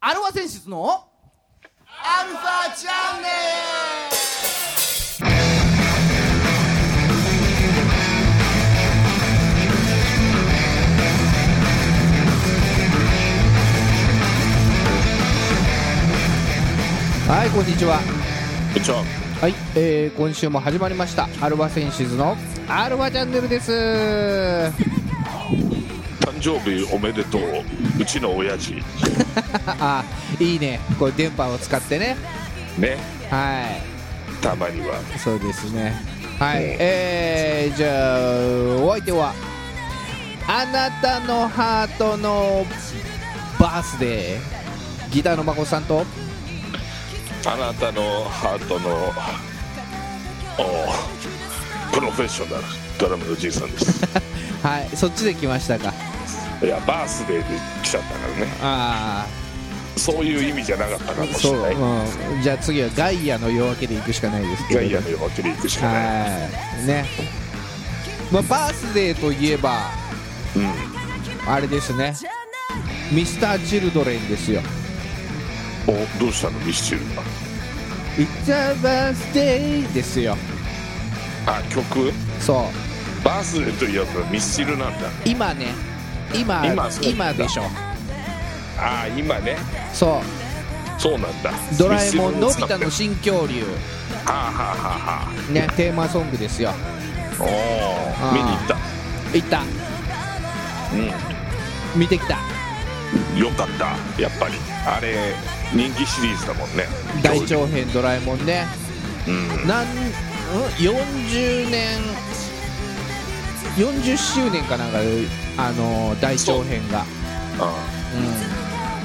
アルファ選出のアルファチャンネはいこんにちはこんにちははい、えー、今週も始まりましたアルファセンシズのアルファチャンネルです 誕生日おめでとううちの親父あいいねこう電波を使ってねねはたまにはいそうですねはいえー、じゃあお相手はあなたのハートのバースデーギターの孫さん とあなたのハートのおプロフェッショナルドラムのじいさんですはいそっちで来ましたかいやバースデーで来ちゃったからねあそういう意味じゃなかったかもあしそう、れないううん、じゃあ次はガイアの夜明けで行くしかないですけどガイアの夜明けで行くしかないはいね、まあ、バースデーといえばうんあれですねミスターチルドレンですよおどうしたのミスチルは「It's a birthday」ですよあ曲そうバースデーといえばミスチルなんだ今ね今今そう今でしょああ今ねそそうなんだう「ドラえもんのび太のミスチ新恐竜ルを使ってはあはあはあはあ」ねテーマソングですよおおあー見に行った行ったう見てきたんよかったやっぱりあれ人気シリーズだもんね大長編「ドラえもんね」うんなんん40年40周年かなんかであのー大長編があうん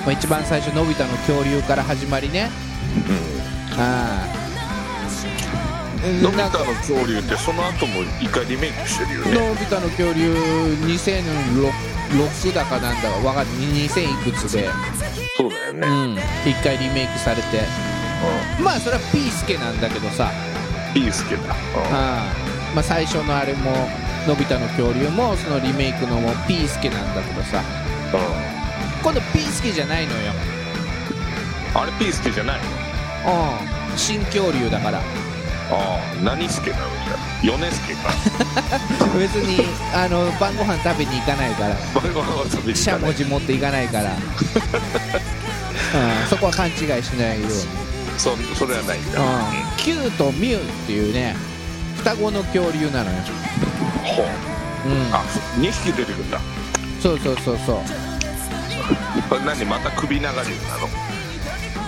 まあ、一番最初のび太の恐竜から始まりねあうんーのびなん太かの恐竜ってその後も一回リメイクしてるよねのび太の恐竜2006だかなんだかわかんない2000いくつで、そうだよねううんん、一回リメイクされてまあそれはピースケなんだけどさいいすけだあー、まあ、最初のあれものび太の恐竜もそのリメイクのもピースケなんだけどさうんうん今度ピースケじゃないのよ、あれピースケじゃないのうん、新恐竜だからああ何すけなのじゃ米すけ か別にあの晩ご飯食べに行かないからバルゴの遊びにし行ゃかなもいじ持っていかないから、うん、そこは勘違いしないように、そそれはないんだうん、キューとミュウっていうね双子の恐竜なのよ、ほううん、あ2匹出てくんだそうそうそうそうこれ何また首長竜なの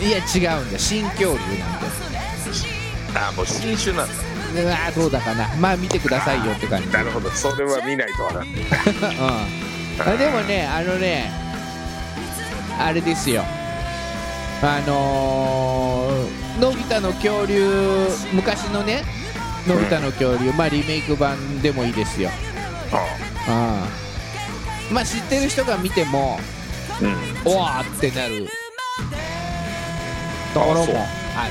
いや違うんだよ新恐竜なんだよああもう新種なんだうわーどうだかなまあ見てくださいよって感じ、うん、なるほどそれは見ないとわかんない あでもねあのねあれですよあのー、のび太の恐竜昔のねのび太の恐竜、まあリメイク版でもいいですよあうんまあ知ってる人が見てもあうんおわーってなるところもあ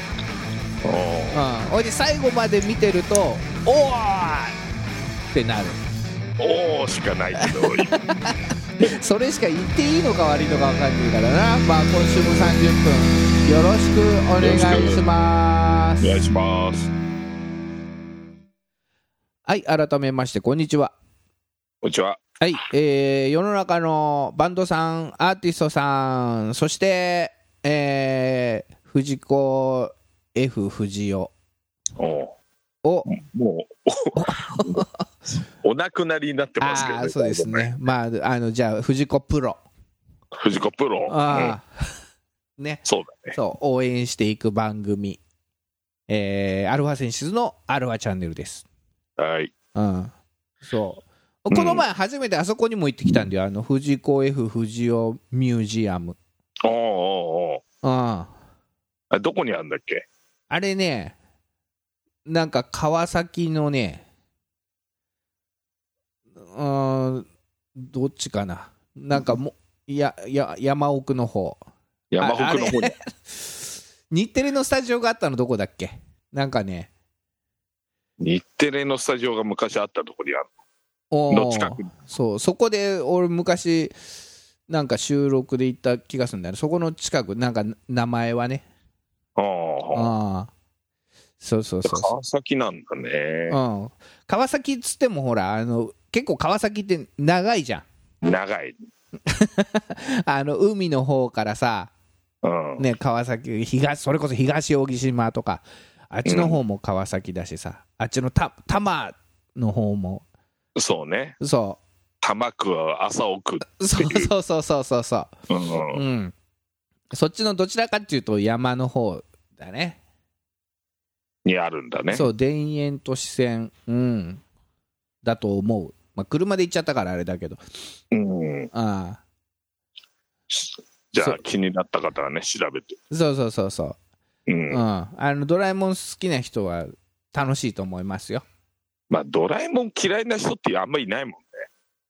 るうおんほいで最後まで見てるとおわーって なるーおーしかないけどそれしか言っていいのか悪いのか分かんないからなまあ今週も30分よろしくお願いしますお願いしますはい改めましてこんにちはこんにちははい、えー世の中のバンドさん、アーティストさん、そして、えー藤子 F 不二雄おおを、もうお亡くなりになってますけどああー、そうですね、まあ、あのじゃあ、藤子プロ、藤子プロうんあーね、そうだねそう、応援していく番組、えーアルファセンシズのアルファチャンネルです。はいうん、そううんこの前、初めてあそこにも行ってきたんだよ、あの藤子 F 不二雄ミュージアム。おーおーおうーんあどこにあるんだっけあれね、なんか川崎のね、うーん、どっちかな、なんかもいやいや山奥の方山奥の方ああにれ 日テレのスタジオがあったのどこだっけなんかね、日テレのスタジオが昔あったとこにあるおーの近くにそうそこで俺昔なんか収録で行った気がするんだよねそこの近くなんか名前はねああああそうそうそうそう川崎なんだねうん、川崎っつってもほらあの結構川崎って長いじゃん長いあの海の方からさ、うん、ね、川崎東それこそ東扇島とかあっちの方も川崎だしさ、あっちのた多摩の方もそうねそ玉区は朝奥うそうそうそうそうそうそううんう、ん、そっちのどちらかっていうと山の方だねにあるんだねそう田園都市線、うん、だと思う、まあ、車で行っちゃったからあれだけどうん、ああじゃそあう気になった方はね調べてそうそうそうそううん、うん、あのドラえもん好きな人は楽しいと思いますよ。まあドラえもん嫌いな人ってあんまりいないもんね、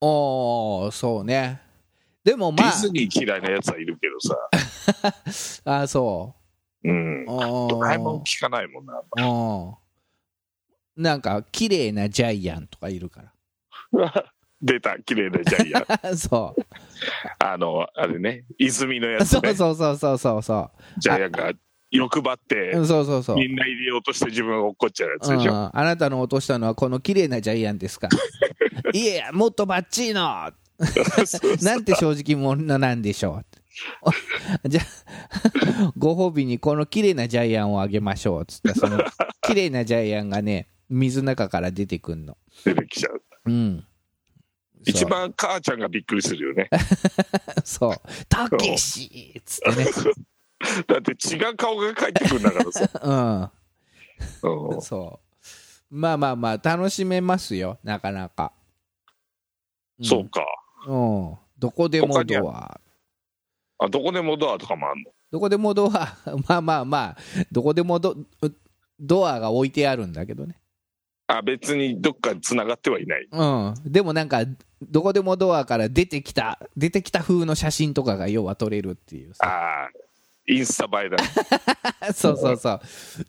おー、そうね。でもまディズニー嫌いなやつはいるけどさ、あ、あそうう。、んおードラえもん聞かないもんな おーなんか、綺麗なジャイアンとかいるか出た綺麗なジ ャイアンら。そあのあれね泉のやう。つそねうそうそうそうそうそジャイアンが欲張ってう。うんそうそうそう。みんな入れようとして自分が落っこっちゃうやつうでしょ、ん、あなたの落としたのはこの綺麗なジャイアンです かいえもっとバッチリのなんて正直者なんでしょ うじゃあ ご褒美にこの綺麗なジャイアンをあげましょうつってその綺麗なジャイアンがね水の中から出てくんの出てきちゃううん一番母ちゃんがびっくりするよねそう「たけし!」っつってねだって違う顔が返ってくるんだか らさ、ううんんそうまあまあまあ楽しめますよなかなか、んそうかうん、どこでもドアあどこでもドアとかもあんのどこでもドア まあまあまあどこでもドドアが置いてあるんだけどねあ別にどっか繋がってはいないうんでもなんかどこでもドアから出てきた出てきた風の写真とかが要は撮れるっていうさああインスタ映え だそうそうそう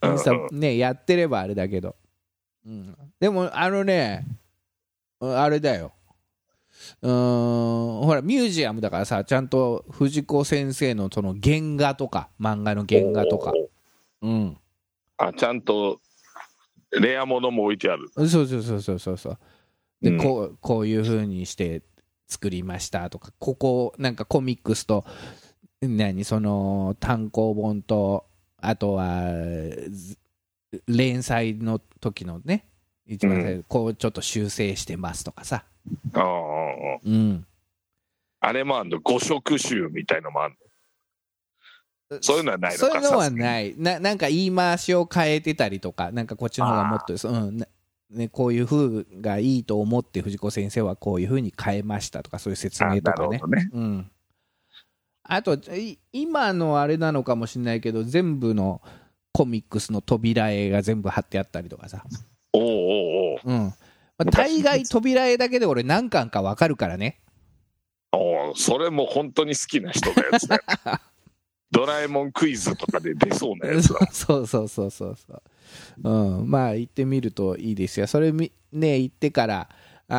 うんインスタねやってればあれだけど、うん、でもあのねあれだようーんほらミュージアムだからさちゃんと藤子先生のその原画とか漫画の原画とかうんあちゃんとレアものも置いてあるそうそうそうそうそうそうで、うんこうこういうふうにして作りましたとかここなんかコミックスと何その単行本とあとはず連載の時のね一番最初、こうちょっと修正してますとかさ、ああうん、あれもあんの五色集みたいのもあんのそういうのはないのかそういうのはさないななんか言い回しを変えてたりとかなんかこっちの方がもっとそうんなね、こういう風がいいと思って藤子先生はこういう風に変えましたとかそういう説あ明となかるねほどねうん、あとい今のあれなのかもしれないけど全部のコミックスの扉絵が全部貼ってあったりとかさ、おうおううんまあ、大概扉絵だけで俺何巻か分かるからねおうおうそれも本当に好きな人のやつ だよドラえもんクイズとかで出そうなやつだ そうそうそうそうそう、うん、まあ行ってみるといいですよそれみね行ってからあー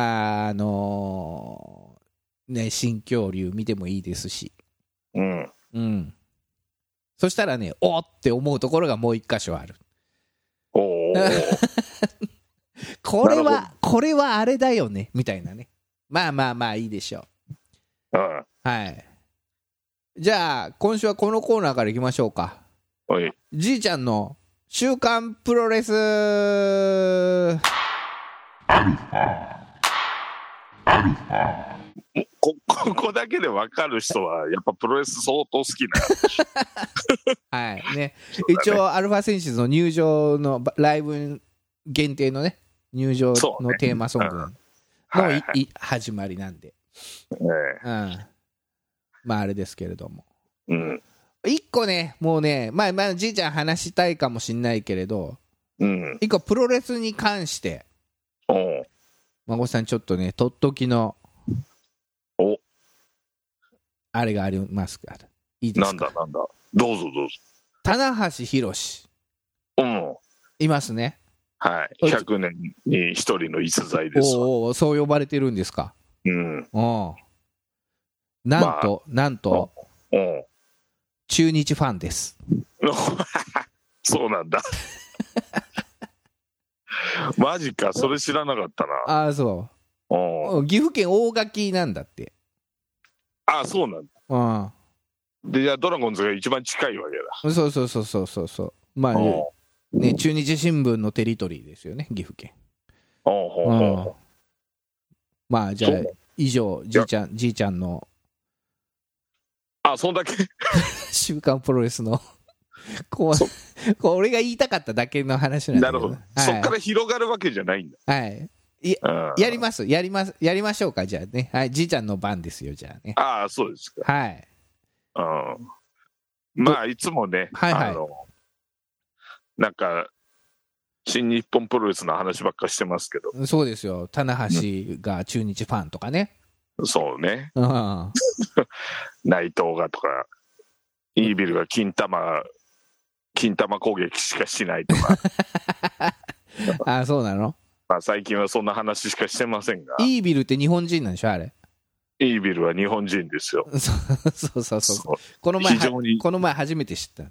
あのーね新恐竜見てもいいですしうんうんそしたらねおーって思うところがもう一箇所あるおうおうおうこれなるはこれはあれだよねみたいなねまあまあまあいいでしょうんうはいじゃあ今週はこのコーナーからいきましょうかおいじいちゃんの「週刊プロレス」はこ ここだけで分かる人はやっぱプロレス相当好きないね一応アルファセンシズの入場のばライブ限定のね入場そうのねテーマソングのはいはいいい始まりなんで、ええうん、まああれですけれどもうん一個ね、もうね、まあ、まあ、じいちゃん話したいかもしんないけれど、うん一個プロレスに関して、おう孫さんちょっとね、とっときの、おあれがありますから、いいでなすんか。だなんだどうぞどうぞ棚橋宏、うんいますね。はい100年に一人の逸材おですわおうおうそう呼ばれてるんですか。うんうん。なんと、なんと、うん。 中日ファンです。そうなんだ。 マジか、それ知らなかったな。ああ、そうん、う。岐阜県大垣なんだって。あ、そうなんだ。うん。で、じゃあドラゴンズが一番近いわけそうそうそうそうそうそう。まあだ。うん。ね、ね中日新聞のテリトリーですよね、岐阜県。うんうんうんうんまあ、じゃそあう、以上、じいちゃん、じいちゃんのあ、そんだけ。週刊プロレスの こう、こう俺が言いたかっただけの話なん だなるけほどどね。。そっから広がるわけじゃないんだ。はい。はい。うん、やります、やります、やりましょうか、じゃあね。はい、じいちゃんの番ですよ、じゃあね。ああ、そうですか。はい。うんまあいつもね、はいはいあのなんか新日本プロレスの話ばっかしてますけどそうですよ、棚橋が中日ファンとかね。そうねうん。は内藤がとかイービルが金玉金玉攻撃しかしないと かあ、そうなのまあ最近はそんな話しかしてませんがイービルって日本人なんでしょ、あれ。 イービルは日本人ですよ。そうそうそうそう。そうこの前非常に、この前初めて知った。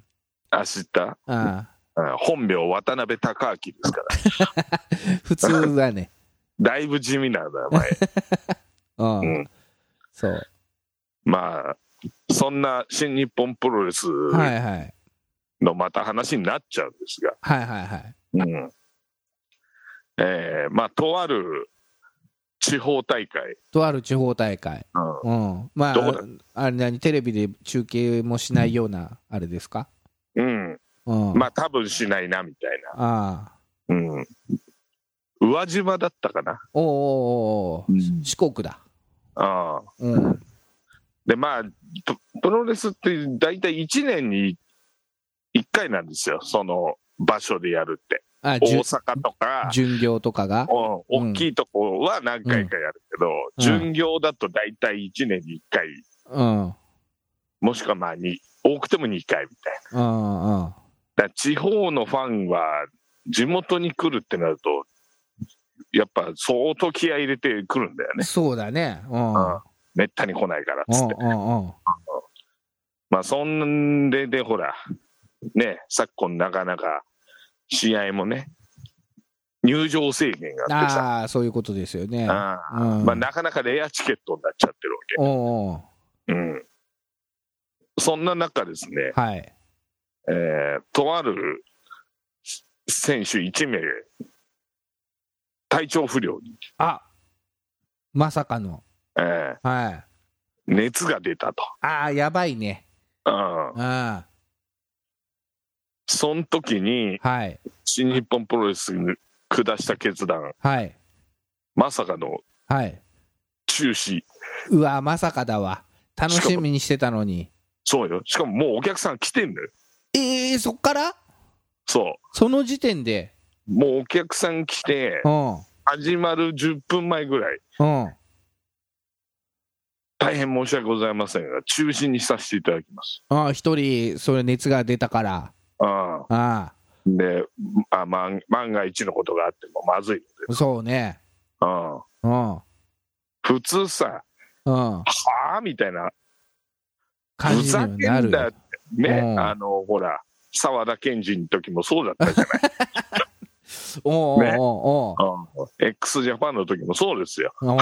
あ知ったあうん本名渡辺隆明で すからあ普通だね。だいぶ地味な名前うん。うんそう。まあそんな新日本プロレスはいはい。のまた話になっちゃうんですが、はいはいはい。うんえーまあとある地方大会、とある地方大会。ううんん。まあどこだ、あれ何、テレビで中継もしないような、あれですかうんうん。まあ多分しないなみたいああ。な、うん、宇和島だったかな、おうおうおうおう四国だ。ああうん。でまあププロレスって大体1年に1回なんですよその場所でやるってあ、大じゅ阪とか、巡業とかが。うん大きいとこは何回かやるけど、うん巡業だと大体1年に1回うん。もしくはまあに多くても2回みたいな。うんうん。だから地方のファンは地元に来るってなるとやっぱ相当気合い入れてくるんだよねそうだね。うん。うんうんめったに来ないからっうつっんてうん。まあそんででほらね昨今なかなか試合もね入場制限があってさああ、そういうことですよね。ああうんまあ、なかなかレアチケットになっちゃってるおうおうわけ、うん、そんな中ですね、はい。えーとある選手1名体調不良に、あまさかの。えーはい。熱が出たと。ああ、やばいね。うん。うん。その時に、はい。新日本プロレスに下した決断、はい。まさかのはい。中止。うわ、まさかだわ。楽しみにしてたのに。そうよ。しかももうお客さん来てんのよ。ええー、そっからそその時点で。う。もうお客さん来てう、ん。うん。始まる10分前ぐらい、大変申し訳ございませんが、中止にさせていただきます。ああ、一人、それ熱が出たから。うあん。で、あ万万が一のことがあってもまずいあ、そうね。ので。うん。うん。うん。普通さ、はぁみたいな、感ふじざにけなんるだよって。ね、うんあの、ほら、沢田研二の時もそうだったじゃ んおうおうねおううん x ジャパンの時もそうですよ、おううん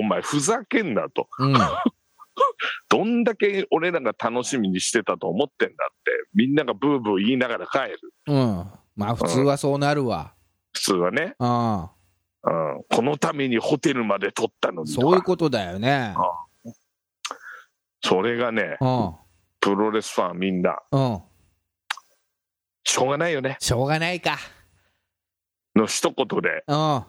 お前ふざけんなとおう。うん。どんだけ俺らが楽しみにしてたと思ってんだってみんながブーブー言いながら帰るうん。まあ、普通はそうなるわ。普通はね、うん。うん、このためにホテルまで取ったのにとかそういうことだよね。それがねうん。プロレスファンみんなうん。しょうがないよねしょうがないか。の一言でうん。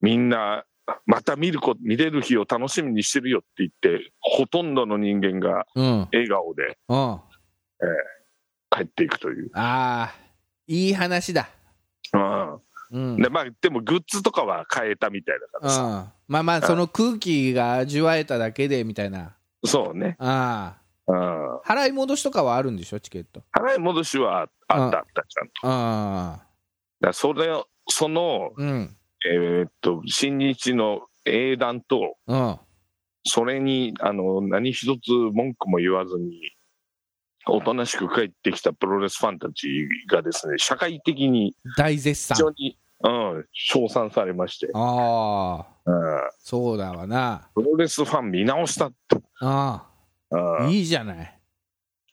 みんなまた見るこ見れる日を楽しみにしてるよって言ってほとんどの人間がうん。うん。笑顔であ帰っていくという、あ、いい話だ。うんうん。でまあ、でもグッズとかは変えたみたいだかうらさ、ん、まあまあ、その空気が味わえただけでみたいな、そうね、あうん、あ払い戻しとかはあるんでしょ、チケット。払い戻しはあったあったちゃんと。だかあらそれをそあ、のうん、えーっと新日の英断とうん、それに、あの、何一つ文句も言わずに、おとなしく帰ってきたプロレスファンたちがですね、社会的に大絶賛非常に、うん、称賛されまして、ああうん、そうだわなプロレスファン見直したって、あうあん、いいじゃない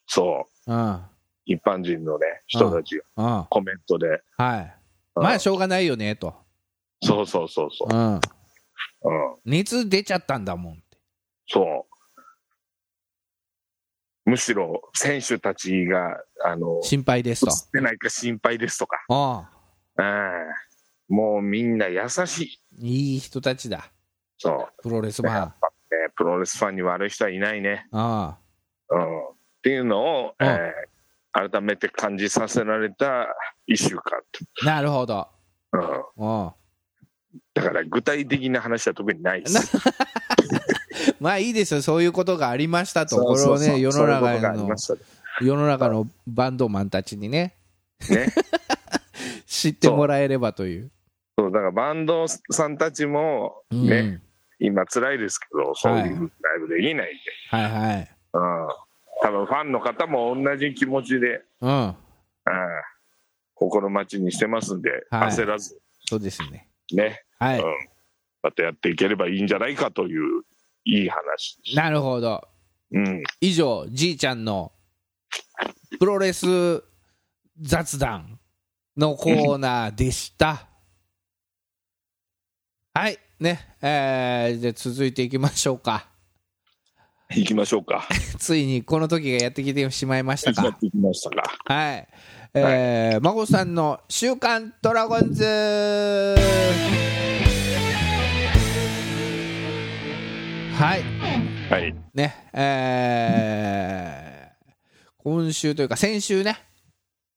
そう、うん一般人のね、人たちがうんはコメントで、いうんまあしょうがないよねとそうそうそうそうう、んうん、熱出ちゃったんだもんってそう。むしろ選手たちが、あの、心配です映とってないか心配ですとか、ああうん、もうみんな優しい。いい人たちだそう。プロレスファン やあっぱね、プロレスファンに悪い人はいないね。あうん、っていうのを、うんえー改めて感じさせられた1週間なるほどと、うん、うんだから具体的な話は特にないです。まあいいですよそういうことがありましたとそこうれそをうそうね世そのういうこと中がありのましたね世の中のバンドマンたちにねね 知ってもらえればというそうだからバンドさんたちも、うねん今辛いですけどそういうライブできないんで、はいはいうん、多分ファンの方も同じ気持ちで、うんうん、心待ちにしてますんで、はい焦らずそうですねね、はいうん、またやっていければいいんじゃないかといういい話です。なるほどうん以上じいちゃんのプロレス雑談のコーナーで したはいねえー、じゃあ続いていきましょうか行きましょうか。ついにこの時がやってきてしまいま したやかってきましたか。はい。えー、孫さんの週刊ドラゴンズはい。はい。ね、えー、今週というか先週ね、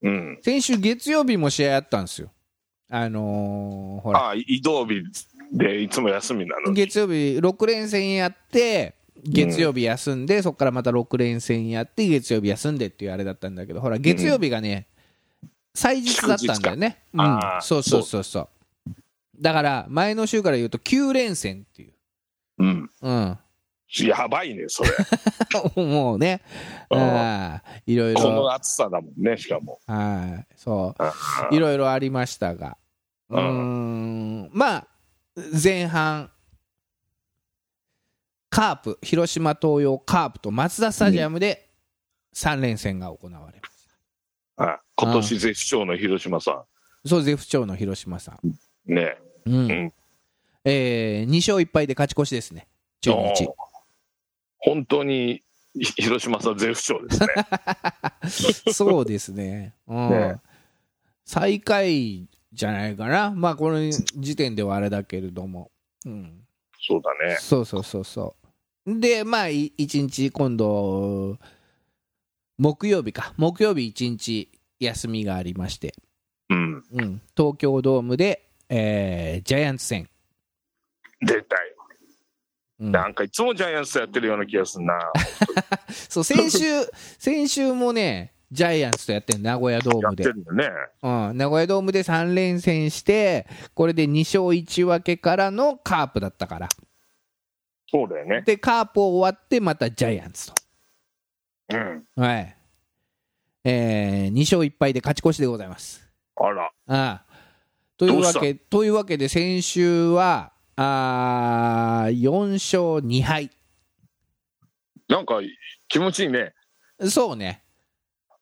うん。先週月曜日も試合あったんですよ。あのーほら、ああ、移動日でいつも休みなのに。月曜日6連戦やって、月曜日休んで、そこからまた6連戦やって、月曜日休んでっていうあれだったんだけど、ほら、月曜日がね、祭日だったんだよね。うかんあ、ーそうそうそうそう。だから、前の週から言うと9連戦っていう。うん。うん。 やばいね、それ。もうね、あーいろいころの、暑さだもんね、しかも。はい、そあう、 いろいろありましたが、ううーんん、まあ、前半、カープ、広島東洋カープとマツダスタジアムで3連戦が行われます。あ今年絶不調の広島さそう、ゼフ長の広島さん。ん。ね。うんんえー、2勝1敗で勝ち越しですね、中日おー。本当にひ広島さん絶不調です ね。そうですね。うん。ね最下位じゃないかな。まあ、この時点ではあれだけれども。うん。そうだね。そうそうそうそう。で、まあ、い一日、今度、木曜日か。木曜日一日休みがありまして、うん。うん。東京ドームで、えージャイアンツ戦。出たい。うんなんかいつもジャイアンツやってるような気がするな。そう、先週、 先週もね、ジャイアンツとやってる名古屋ドーやっムてで。るよね。うん、名古屋ドームで3連戦して、これで2勝1分けからのカープだったから、そうだよね。でカープを終わって、またジャイアンツうん。と、はいえー2勝1敗で勝ち越しでございます。あら。ああというわどうけというわけで、先週はあー4勝2敗、なんか気持ちいいね。そうね、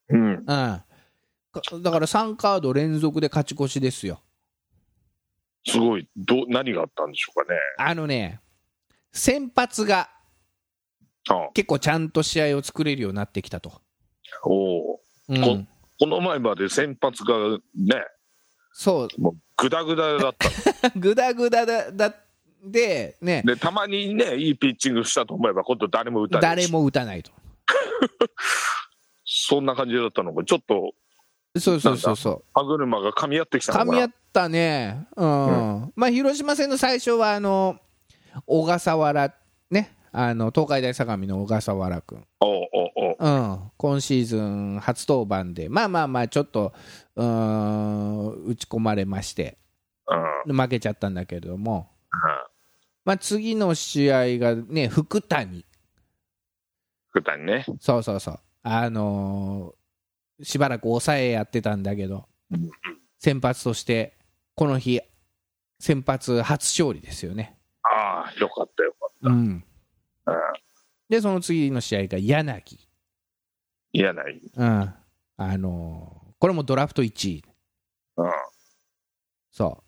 うん。うん、かだから3カード連続で勝ち越しですよ。すごい。どう何があったんでしょうかね。あのね先発があ結構ちゃんと試合を作れるようになってきたと。おおー。うんここの前まで先発がね、そう、もうグダグダだった。ぐだぐだだだで、ね、で、たまにね、いいピッチングしたと思えば、今度誰も打たない誰。も打たないと。そんな感じだったのが、ちょっとそうそうそうそう。歯車が噛み合ってきたのか噛な。み合ったね。うん。まあ、広島戦の最初は、あの、小笠原、ね、あの、東海大相模の小笠原君。おうおうおううん。今シーズン初登板で、まあまあまあ、ちょっと、うーん、打ち込まれまして、うん。うん負けちゃったんだけれども、まあ、次の試合がね、福谷、福谷ね。そうそうそう、あのーしばらく抑えやってたんだけどうん、先発として、この日、先発初勝利ですよね。ああ、よかったよかった。うんうんで、その次の試合が柳、嫌ない。うんあのーこれもドラフト1位。うん。そ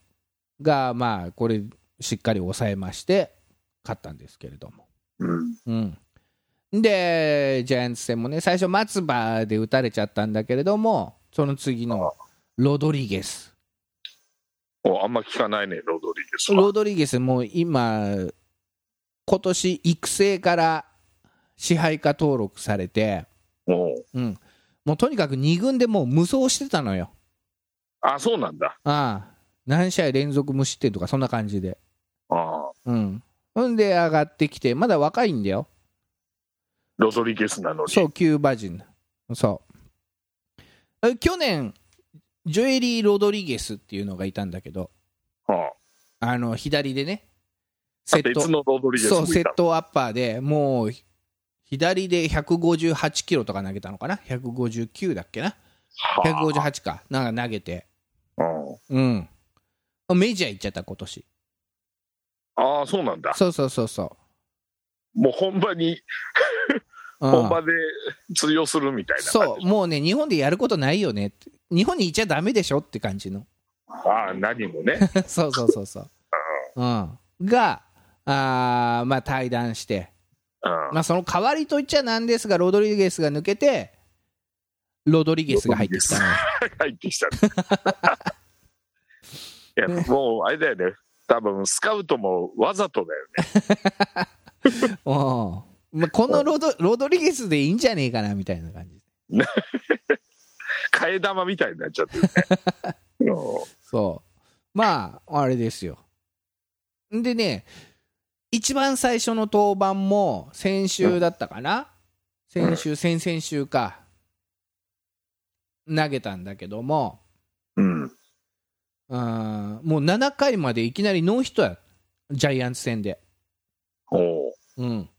う。が、まあ、これ、しっかり抑えまして、勝ったんですけれども。うん。うん。で、ジャイアンツ戦もね、最初、松葉で打たれちゃったんだけれども、その次のロドリゲス。おあんま聞かないね、ロドリゲスは。ロドリゲス、もう今、今年、育成から支配下登録されて、おううん、もうとにかく2軍でもう無双してたのよ。あそうなんだ。ああ何試合連続無失点とか、そんな感じで。ああうん。ほんで上がってきて、まだ若いんだよ。ロドリゲスなのに。そう、キューバ人。そう。え去年、ジョエリー・ロドリゲスっていうのがいたんだけど、ああの、左でね、セあット別、のロドリゲスそう、もセいたットアッパーでもう、左で158キロとか投げたのかな ?159 だっけなは ?158 か。なんか投げて。あうんうん。メジャー行っちゃった、今年。ああ、そうなんだ。そうそうそうそもう本場に、う。うん本場で通用するみたいな感そう、じ。もうね、日本でやることないよねって日本にいちゃだめでしょって感じの、ああ、何もね。そうそうそうそう、うん、が、あーまあ、対談して、うんまあ、その代わりといっちゃなんですが、ロドリゲスが抜けて、ロドリゲスが入ってきたのよ入ってきた。いや、もうあれだよね。多分スカウトもわざとだよね。うんまあ、このロドロドリゲスでいいんじゃねえかなみたいな感じ、替え玉みたいになっちゃってる ね。うそう、まあ、あれですよ。んでね、一番最初の登板も先週だったかな、先週、先々週か、投げたんだけども、んうん。うんもう7回までいきなりノーヒットや、ジャイアンツ戦で。おううん、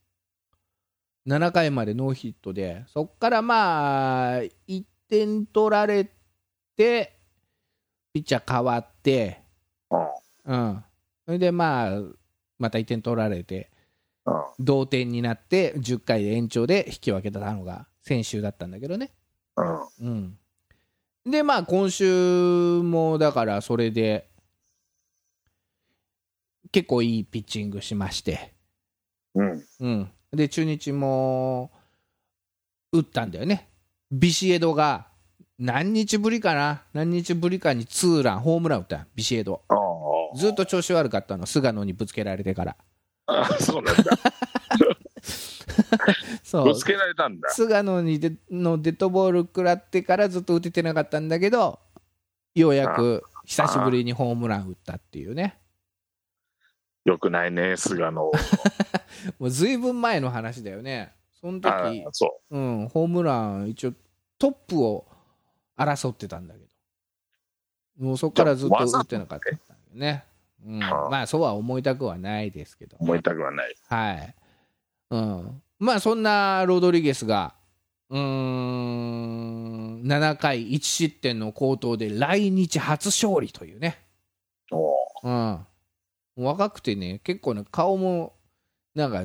7回までノーヒットで、そっからまあ、1点取られて、ピッチャー変わって、うんうん、それでまあ、また1点取られて、うん同点になって、10回で延長で引き分けたのが先週だったんだけどね。うんうん、で、まあ、今週もだから、それで、結構いいピッチングしまして、うん。うん、で、中日も打ったんだよね。ビシエドが何日ぶりかな、何日ぶりかにツーラン、ホームラン打った、ビシエド。あずっと調子悪かったの、菅野にぶつけられてから。あ。そうな んだ。そぶうつけられたんだ。菅野にでのデッドボール食らってからずっと打ててなかったんだけど、ようやく久しぶりにホームラン打ったっていうね、よくないね、菅野。もうずいぶん前の話だよね、そのあ時そうん、ホームラン、一応トップを争ってたんだけど、もうそこからずっと打ってなかったんだよね。うん、あまあそうは思いたくはないですけど、う。思いたくはない。はい。うん。まあそんなロドリゲスが、うーん、7回1失点の好投で来日初勝利というね。おううん。若くてね、結構ね、顔も、なんか、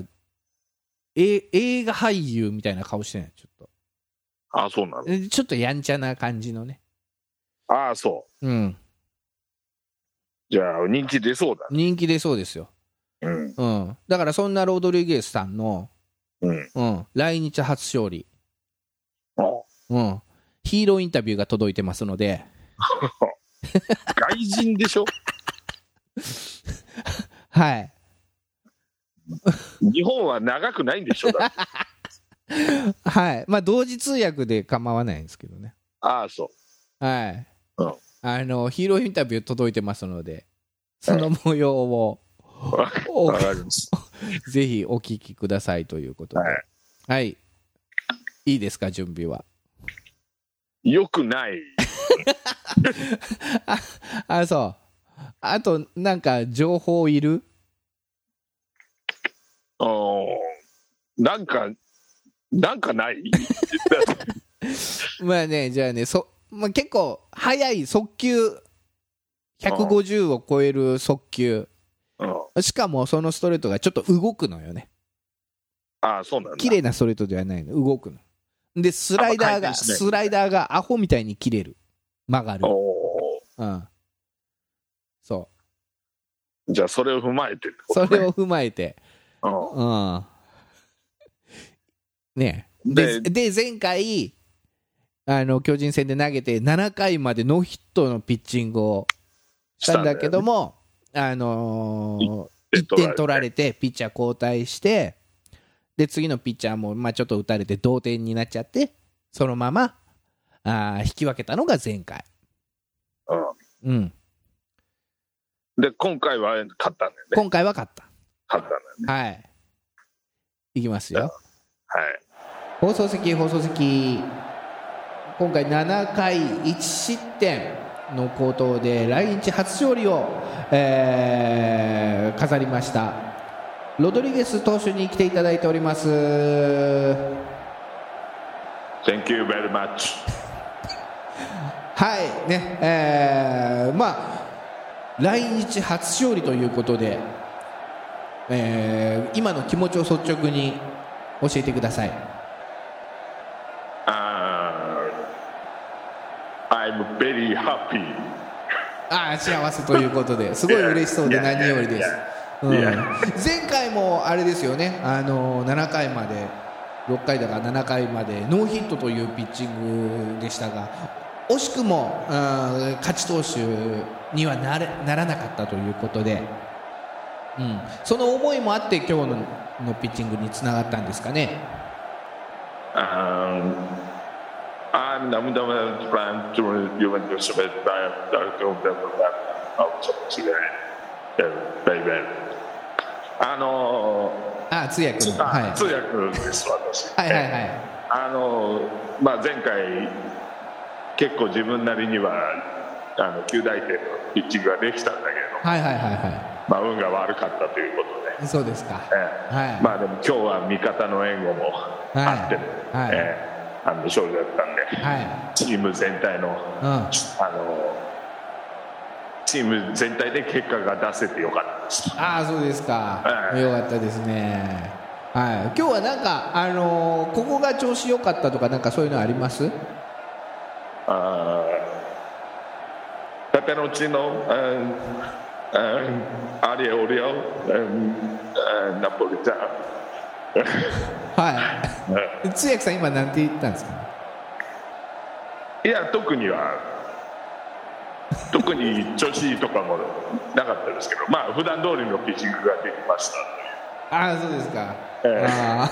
え映画俳優みたいな顔してない。ちょっああ、そうなのと。。えちょっとやんちゃな感じのね。ああ、そう。うん。じゃあ、人気出そうだ。人気出そうですよ。うん。うん。だからそんなロドリゲスさんの、うん。うん、来日初勝利。おううん。ヒーローインタビューが届いてますので、外人でしょはい。日本は長くないんでしょだってはい。まあ、同時通訳で構わないんですけどね。ああ、そう。はい。うんあの、ヒーローインタビュー届いてますので、その模様を、おわかります。 ぜひお聞きくださいということで。ははい。いいですか、準備は。い。よくない。あ、そう。あと、なんか、情報いるあーなんか、なんかない まあね、じゃあね、そまあ、結構、速い速球、150を超える速球、うんしかもそのストレートがちょっと動くのよね、ああ、そうなんだ。綺麗なストレートではないの、動くの。で、スライダーあまあ回が、転しないスライダーがアホみたいに切れる、曲がる。おうん、そーじゃあ、それを踏まえてってう、ことそねれを踏まえて、うん、ねうんでで、で前回あの巨人戦で投げて7回までノーヒットのピッチングをしたんだけども、あのー、1一点点取取らられれてピッチャー交代してで次のピッチャーも、まあ、ちょっと打たれて同点になっちゃってそのままあー引き分けたのが前回、うんうん、で、今回は勝ったんだよね。今回は勝っ勝ったんだよね。たはいいきますよはい。放送席放送席今回7回1失点の好投で来日初勝利を、えー飾りましたロドリゲス投手に来ていただいております Thank you very much. はいねえーまあ来日初勝利ということで、えー今の気持ちを率直に教えてください Uh, I'm very happy. ああ幸せということですごい嬉しそうで Yeah, yeah, 何よりです yeah. うん Yeah. 前回もあれですよねあの7回まで6回だから7回までノーヒットというピッチングでしたが惜しくも、うん勝ち投手にはなれならなかったということで、うん、その思いもあって今日ののピッチングにつながったんですかね Um, I'm the one trying to you and you submit by the government of Japan. あのあ通訳の、ーはい、あ通訳です、私。はいはいはいあのまあ、前回、結構自分なりにはあの9大点のピッチングができたんだけど、はいはいはいはまあ、運が悪かったということで、いそうですかええはい、まあ、でも今日は味方の援護もあってね、はいええあの勝利だったんで、はチーム全体のいうんあのチーム全体で結果が出せてよかったです。ああそうですか、ええよかったですねはい今日はなんかあのーここが調子良かったとかなんかそういうのありますあーペペロンチーノ、うんうんアリエオリオ、うんうんナポリタン、はいうん通訳さん今なんて言ったんですかいや、特には、特に調子いいとかもなかったですけど、まあ普段通りのピッチングができましたああそうですか、ええあ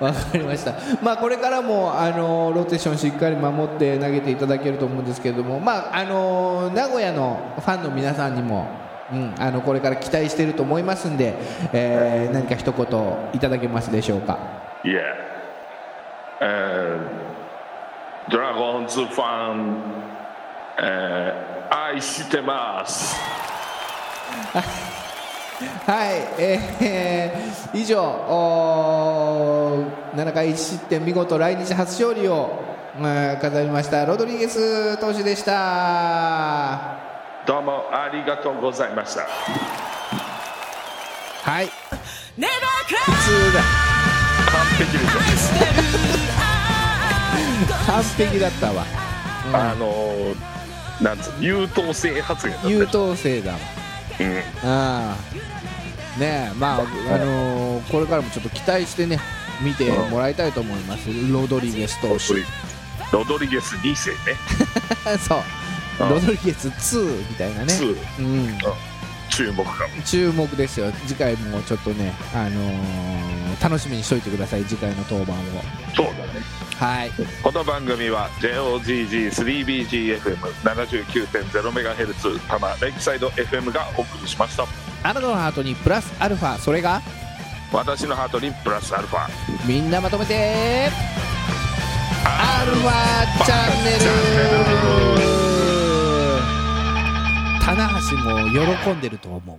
あわかりましたまあこれからもあのーローテーションしっかり守って投げていただけると思うんですけれどもまああのー名古屋のファンの皆さんにもうん、あのこれから期待していると思いますんで、えー何か一言いただけますでしょうか。という。いや、えードラゴンズファン、えー愛してます。はい、えーえー以上おー7回1失点見事来日初勝利を、えー飾りましたロドリゲス投手でしたどうもありがとうございました。はいネバークラ普通だ完璧でしょ。イしてる完璧だったわあのー、なんつう優等生発言だった優でしょ等生だわうんああねえまあ、あのーこれからもちょっと期待してね見てもらいたいと思いますロドリゲス投手 そうロドリゲス2世ね、うんロドリゲス2みたいなね2うん注目か注目ですよ次回もちょっとね、あのー楽しみにしといてください次回の登板をもそうだねはいこの番組は JOGG3BGFM79.0MHz 多摩レイクサイド FM がお送りしましたあなたのハートにプラスアルファそれが私のハートにプラスアルファみんなまとめてアルファチャンネチャル棚橋も喜んでると思う